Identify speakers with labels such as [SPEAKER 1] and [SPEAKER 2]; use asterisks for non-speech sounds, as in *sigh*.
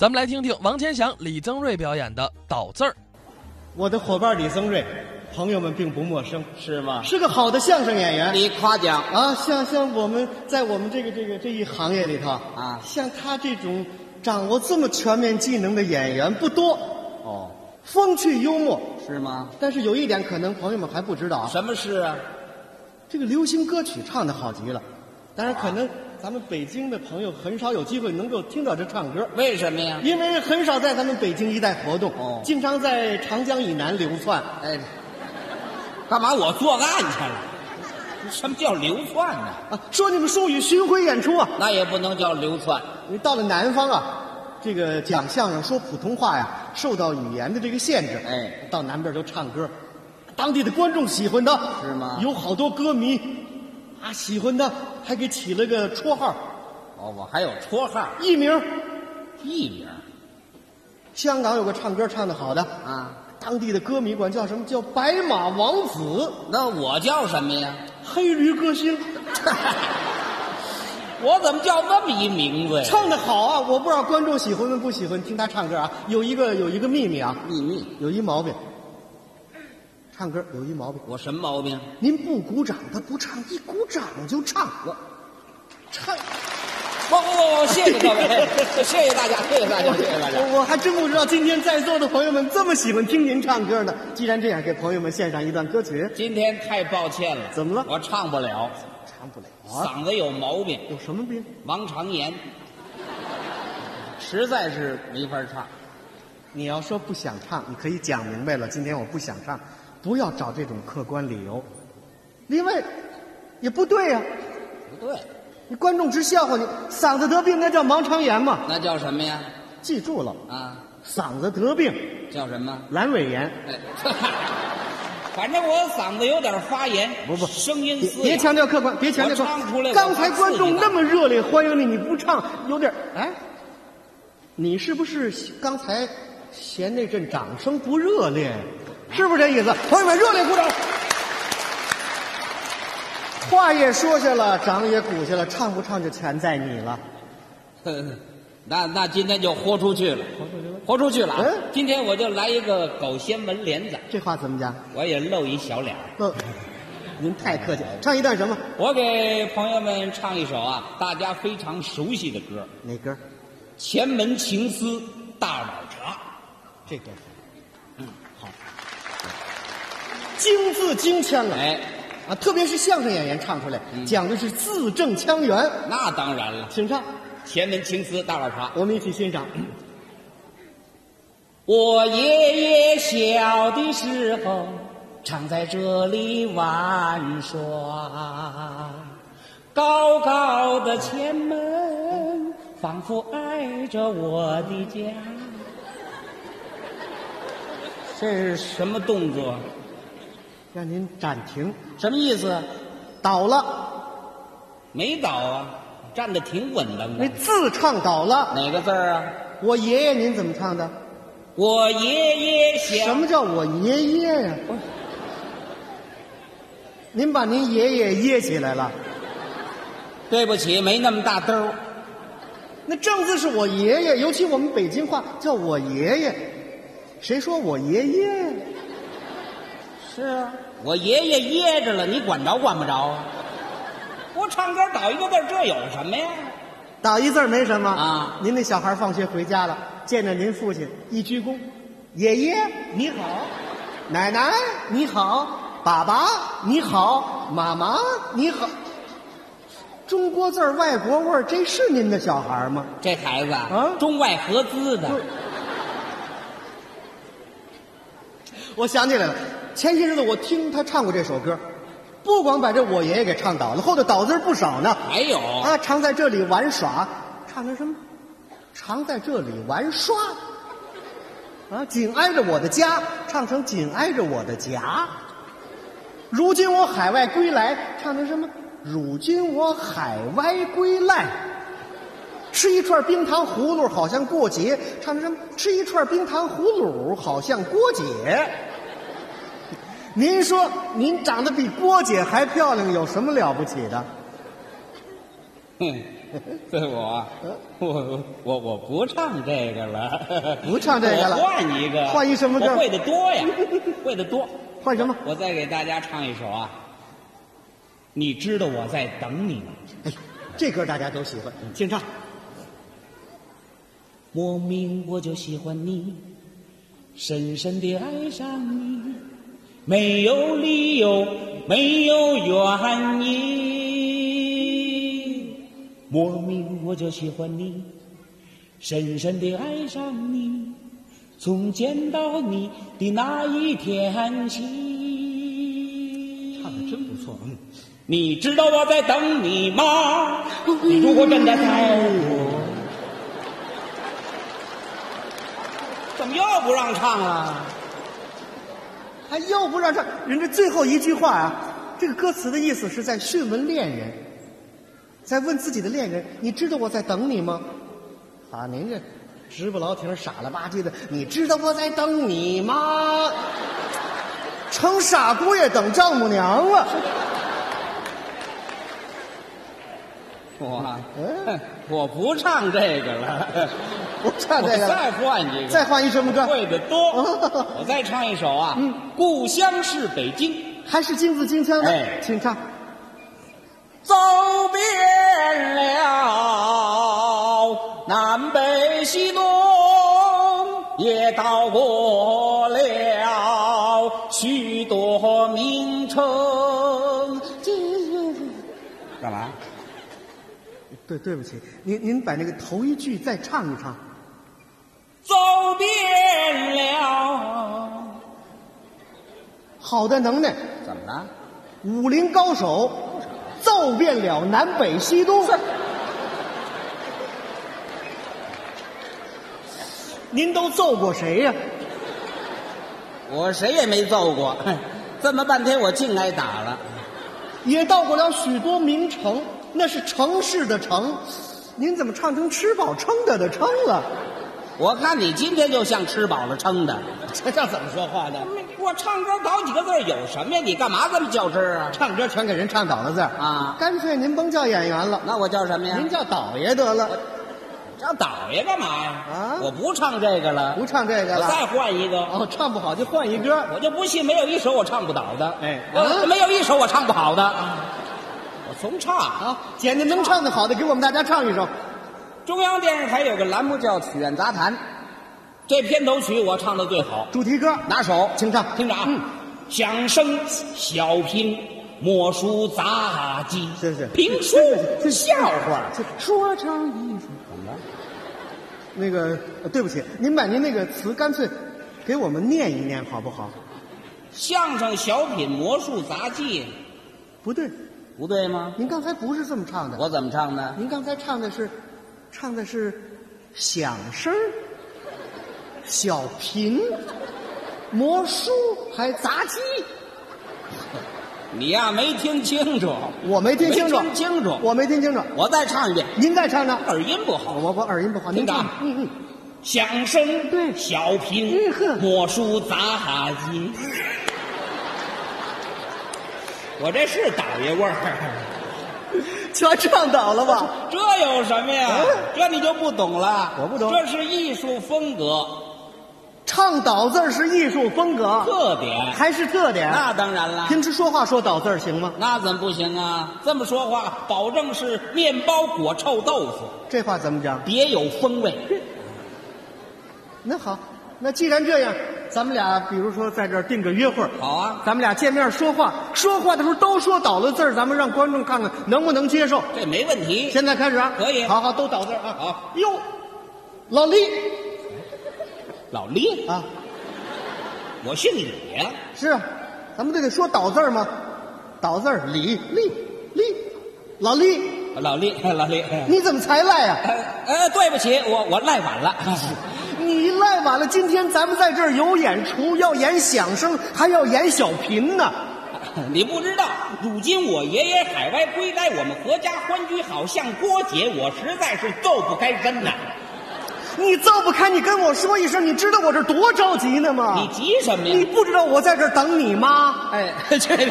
[SPEAKER 1] 咱们来听听王千祥、李增瑞表演的倒字儿。
[SPEAKER 2] 我的伙伴李增瑞，朋友们并不陌生，
[SPEAKER 3] 是吗？
[SPEAKER 2] 是个好的相声演员。
[SPEAKER 3] 你夸奖
[SPEAKER 2] 啊，像像我们在我们这个这个这一行业里头
[SPEAKER 3] 啊
[SPEAKER 2] 像他这种掌握这么全面技能的演员不多，
[SPEAKER 3] 哦，
[SPEAKER 2] 风趣幽默。
[SPEAKER 3] 是吗？
[SPEAKER 2] 但是有一点，可能朋友们还不知道啊，
[SPEAKER 3] 什么事啊？
[SPEAKER 2] 这个流行歌曲唱的好极了，当然可
[SPEAKER 3] 啊
[SPEAKER 2] 能咱们北京的朋友很少有机会能够听到这唱歌，
[SPEAKER 3] 为什么呀？
[SPEAKER 2] 因为很少在咱们北京一带活动，
[SPEAKER 3] 哦
[SPEAKER 2] 经常在长江以南流窜。
[SPEAKER 3] 哎，干嘛我作案去了？什么叫流窜呢？
[SPEAKER 2] 啊，说你们术语巡回演出啊，
[SPEAKER 3] 那也不能叫流窜。
[SPEAKER 2] 你到了南方啊，这个讲相声说普通话呀，受到语言的这个限制。
[SPEAKER 3] 哎，
[SPEAKER 2] 到南边就唱歌，当地的观众喜欢他，
[SPEAKER 3] 是吗
[SPEAKER 2] 有好多歌迷啊喜欢他，还给起了个绰号、
[SPEAKER 3] 哦，我还有绰号，
[SPEAKER 2] 艺名。
[SPEAKER 3] 艺名
[SPEAKER 2] 香港有个唱歌唱得好的，
[SPEAKER 3] 啊。
[SPEAKER 2] 当地的歌迷管叫什么叫白马王子、
[SPEAKER 3] 那我叫什么呀？
[SPEAKER 2] 黑驴歌星，
[SPEAKER 3] 我怎么叫那么一名字呀？
[SPEAKER 2] 唱得好啊！我不知道观众喜欢不喜欢听他唱歌啊。有一个有一个秘密啊，
[SPEAKER 3] 秘密，
[SPEAKER 2] 有一毛病，唱歌有一毛病，
[SPEAKER 3] 我什么毛病？
[SPEAKER 2] 您不鼓掌，他不唱；一鼓掌就唱。我唱，
[SPEAKER 3] 不不不，哦谢谢各 *laughs* 位，谢谢大家，谢谢大家，谢谢 *laughs* 大家。
[SPEAKER 2] 我我还真不知道今天在座的朋友们这么喜欢听您唱歌呢。既然这样，给朋友们献上一段歌曲，
[SPEAKER 3] 今天太抱歉了，
[SPEAKER 2] 怎么了
[SPEAKER 3] 我唱不了，
[SPEAKER 2] 唱不了啊，
[SPEAKER 3] 嗓子有毛病。
[SPEAKER 2] 有什么病？
[SPEAKER 3] 盲肠炎，实在是没法唱。
[SPEAKER 2] 你要说不想唱，你可以讲明白了。今天我不想唱，不要找这种客观理由。另外，也不对呀、
[SPEAKER 3] 不对，
[SPEAKER 2] 你观众直笑话你，嗓子得病那叫盲肠炎嘛。
[SPEAKER 3] 那叫什么呀？
[SPEAKER 2] 记住了，
[SPEAKER 3] 啊，
[SPEAKER 2] 嗓子得病，
[SPEAKER 3] 叫什么？
[SPEAKER 2] 阑尾炎。
[SPEAKER 3] 哎， *laughs* 反正我嗓子有点发炎，
[SPEAKER 2] 不不
[SPEAKER 3] 声音
[SPEAKER 2] 别
[SPEAKER 3] 嘶
[SPEAKER 2] 别
[SPEAKER 3] 哑。
[SPEAKER 2] 强调客观，别强调客
[SPEAKER 3] 我唱出来
[SPEAKER 2] 观。刚
[SPEAKER 3] 我
[SPEAKER 2] 才观众
[SPEAKER 3] 刺
[SPEAKER 2] 那
[SPEAKER 3] 激他
[SPEAKER 2] 么热烈欢迎你，你不唱有点哎，你是不是刚才嫌那阵掌声不热烈？是不是这意思？朋友们，热烈鼓掌！话也说下了，掌也鼓下了，唱不唱就全在你了。
[SPEAKER 3] *laughs* 那那今天就豁出去了，豁出去了啊。
[SPEAKER 2] 嗯
[SPEAKER 3] 今天我就来一个狗掀门帘子，
[SPEAKER 2] 这话怎么讲？
[SPEAKER 3] 我也露一小脸儿。
[SPEAKER 2] 呃，您太客气了。唱一段什么？
[SPEAKER 3] 我给朋友们唱一首啊，大家非常熟悉的歌
[SPEAKER 2] 哪歌？
[SPEAKER 3] 《前门情思大碗茶》。
[SPEAKER 2] 这歌。嗯，好。京字京腔啊。
[SPEAKER 3] 哎，
[SPEAKER 2] 啊，特别是相声演员唱出来，讲的是字正腔圆，
[SPEAKER 3] 那当然了，
[SPEAKER 2] 请唱，
[SPEAKER 3] 《前门情思大碗茶》。
[SPEAKER 2] 我们一起欣赏。
[SPEAKER 3] 我爷爷小的时候，常在这里玩耍。高高的前门，仿佛挨着我的家。这是什么动作？
[SPEAKER 2] 让您暂停，
[SPEAKER 3] 什么意思？
[SPEAKER 2] 倒了，
[SPEAKER 3] 没倒啊，站得挺稳当
[SPEAKER 2] 那
[SPEAKER 3] 的。
[SPEAKER 2] 字唱倒了。
[SPEAKER 3] 哪个字儿啊？
[SPEAKER 2] 我爷爷您怎么唱的？
[SPEAKER 3] 我爷爷
[SPEAKER 2] 什
[SPEAKER 3] 小
[SPEAKER 2] 么叫我爷爷呀、您把您爷爷噎起来了。
[SPEAKER 3] 对不起，没那么大兜儿。
[SPEAKER 2] 那正字是我爷爷，尤其我们北京话叫我爷爷，谁说我爷爷呀？
[SPEAKER 3] 是啊，我爷爷噎着了，你管着管不着啊？我唱歌倒一个字儿，这有什么呀？
[SPEAKER 2] 倒一字儿没什么
[SPEAKER 3] 啊。
[SPEAKER 2] 您那小孩放学回家了，见着您父亲一鞠躬，爷爷你好，奶奶你好，爸爸你好，妈妈你好。中国字儿外国味儿，这是您的小孩吗？
[SPEAKER 3] 这孩子
[SPEAKER 2] 啊
[SPEAKER 3] 中外合资的，
[SPEAKER 2] 我想起来了，前些日子我听他唱过这首歌，不光把这我爷爷给唱倒了，后头倒字儿不少呢。
[SPEAKER 3] 还有
[SPEAKER 2] 啊，常在这里玩耍，唱成什么？常在这里玩耍。啊，紧挨着我的家，唱成紧挨着我的家。如今我海外归来，唱成什么？如今我海外归来。吃一串冰糖葫芦好像过节，唱成什么？吃一串冰糖葫芦好像郭姐。您说您长得比郭姐还漂亮，有什么了不起的？
[SPEAKER 3] 哼，对我，我我我不唱这个了，
[SPEAKER 2] *laughs* 不唱这个了
[SPEAKER 3] 我换一个，
[SPEAKER 2] 换一什么歌
[SPEAKER 3] 我会的多
[SPEAKER 2] *laughs*
[SPEAKER 3] 呀，会的多。
[SPEAKER 2] 换什么？
[SPEAKER 3] 我再给大家唱一首啊，你知道我在等你吗？
[SPEAKER 2] 哎，这歌大家都喜欢，请唱。
[SPEAKER 3] 莫名我就喜欢你，深深的爱上你，没有理由，没有原因。莫名我就喜欢你，深深的爱上你，从见到你的那一天起。
[SPEAKER 2] 唱的真不错，嗯，
[SPEAKER 3] 你知道我在等你吗？你如果真的在乎我，怎么又不让唱啊？
[SPEAKER 2] 还哎又不让唱，人家最后一句话啊，这个歌词的意思是在询问恋人，在问自己的恋人，你知道我在等你吗？啊，您这直不老挺傻了吧唧的，你知道我在等你吗？成傻姑爷等丈母娘了。
[SPEAKER 3] 我
[SPEAKER 2] 嗯，
[SPEAKER 3] 我不唱这个了，
[SPEAKER 2] 不唱这个
[SPEAKER 3] 我再
[SPEAKER 2] 了，
[SPEAKER 3] 换一个，
[SPEAKER 2] 再换一嗯什么歌？
[SPEAKER 3] 会的
[SPEAKER 2] *laughs*
[SPEAKER 3] 多。我再唱一首啊，故乡是北京，
[SPEAKER 2] 还是金字金腔的，
[SPEAKER 3] 哎
[SPEAKER 2] 请唱。
[SPEAKER 3] 走遍了南北西东，也到过了许多名城。干嘛？
[SPEAKER 2] 对，对不起，您您把那个头一句再唱一唱。
[SPEAKER 3] 走遍了，
[SPEAKER 2] 好的能耐，
[SPEAKER 3] 怎么了？
[SPEAKER 2] 武林高手，奏遍了南北西东。您都揍过谁呀、
[SPEAKER 3] 我谁也没揍过，这么半天我净挨打了。
[SPEAKER 2] 也到过了许多名城，那是城市的城。您怎么唱成吃饱撑的的撑了？
[SPEAKER 3] 我看你今天就像吃饱了撑的。
[SPEAKER 2] 这叫怎么说话呢？
[SPEAKER 3] 我唱歌搞几个字儿有什么呀？你干嘛这么较真儿啊？
[SPEAKER 2] 唱歌全给人唱倒了字儿
[SPEAKER 3] 啊
[SPEAKER 2] 干脆您甭叫演员了，
[SPEAKER 3] 那我叫什么呀？
[SPEAKER 2] 您叫倒爷得了，
[SPEAKER 3] 叫倒爷干嘛呀？
[SPEAKER 2] 啊
[SPEAKER 3] 我不唱这个了，
[SPEAKER 2] 不唱这个
[SPEAKER 3] 我
[SPEAKER 2] 了。
[SPEAKER 3] 再换一个。
[SPEAKER 2] 哦，唱不好就换一歌。
[SPEAKER 3] 我就不信没有一首我唱不倒的，
[SPEAKER 2] 哎
[SPEAKER 3] 我
[SPEAKER 2] 啊
[SPEAKER 3] 没有一首我唱不好的。我从唱
[SPEAKER 2] 好，姐，您能唱的好的，给我们大家唱一首。
[SPEAKER 3] 中央电视台有个栏目叫《曲苑杂谈》，这片头曲我唱的最好。
[SPEAKER 2] 主题歌，
[SPEAKER 3] 拿手，
[SPEAKER 2] 请唱
[SPEAKER 3] 听着啊，
[SPEAKER 2] 嗯
[SPEAKER 3] 响声、小品、魔术、杂技，
[SPEAKER 2] 是是
[SPEAKER 3] 评书
[SPEAKER 2] 是、是是
[SPEAKER 3] 笑话，
[SPEAKER 2] 是
[SPEAKER 3] 说唱艺术。
[SPEAKER 2] 那个，呃对不起，您把您那个词干脆给我们念一念好不好？
[SPEAKER 3] 相声、小品、魔术、杂技，
[SPEAKER 2] 不对，
[SPEAKER 3] 不对吗？
[SPEAKER 2] 您刚才不是这么唱的，
[SPEAKER 3] 我怎么唱的？
[SPEAKER 2] 您刚才唱的是，唱的是响声儿小品、魔术还杂技，
[SPEAKER 3] 你呀，没听清楚。
[SPEAKER 2] 我没听清楚，
[SPEAKER 3] 没听清楚
[SPEAKER 2] 我没听清楚。
[SPEAKER 3] 我再唱一遍，
[SPEAKER 2] 您再唱唱，
[SPEAKER 3] 耳音不好。
[SPEAKER 2] 我我耳音不好，您
[SPEAKER 3] 听着
[SPEAKER 2] 唱
[SPEAKER 3] 啊，
[SPEAKER 2] 嗯嗯。
[SPEAKER 3] 相声、
[SPEAKER 2] 对
[SPEAKER 3] 小品
[SPEAKER 2] 嗯、呵
[SPEAKER 3] 魔术、杂技。我这是倒爷味儿，
[SPEAKER 2] 全唱倒了吧？
[SPEAKER 3] 这有什么呀？这你就不懂了。
[SPEAKER 2] 嗯我不懂
[SPEAKER 3] 这是艺术风格
[SPEAKER 2] 唱倒字儿是艺术风格，
[SPEAKER 3] 特点。
[SPEAKER 2] 还是特点？
[SPEAKER 3] 那当然了，
[SPEAKER 2] 平时说话说倒字儿行吗？
[SPEAKER 3] 那怎么不行啊？这么说话，保证是面包裹臭豆腐，
[SPEAKER 2] 这话怎么讲？
[SPEAKER 3] 别有风味。
[SPEAKER 2] 嗯那好，那既然这样，咱们俩比如说在这儿定个约会儿，
[SPEAKER 3] 好啊，
[SPEAKER 2] 咱们俩见面说话，说话的时候都说倒了字儿，咱们让观众看看能不能接受。
[SPEAKER 3] 这没问题。
[SPEAKER 2] 现在开始啊，
[SPEAKER 3] 可以
[SPEAKER 2] 好好都倒字儿啊。
[SPEAKER 3] 好，
[SPEAKER 2] 哟，老李
[SPEAKER 3] 老李，
[SPEAKER 2] 啊，
[SPEAKER 3] 我姓李呀，
[SPEAKER 2] 是啊，咱们就得说倒字儿嘛，倒字儿李李李，老李，
[SPEAKER 3] 老李， *laughs* 老李。
[SPEAKER 2] 你怎么才来啊呀、
[SPEAKER 3] 呃呃，对不起，我我赖晚了。 *laughs*
[SPEAKER 2] 你赖晚了，今天咱们在这儿有演出，要演响声，还要演小品呢。
[SPEAKER 3] 你不知道，如今我爷爷海外归来，我们合家欢聚，好像郭姐，我实在是揍不开身呐。
[SPEAKER 2] 你造不开，你跟我说一声，你知道我这多着急呢吗？
[SPEAKER 3] 你急什么
[SPEAKER 2] 你
[SPEAKER 3] 呀？ *laughs*
[SPEAKER 2] 不知道我在这儿等你吗？
[SPEAKER 3] 哎，这个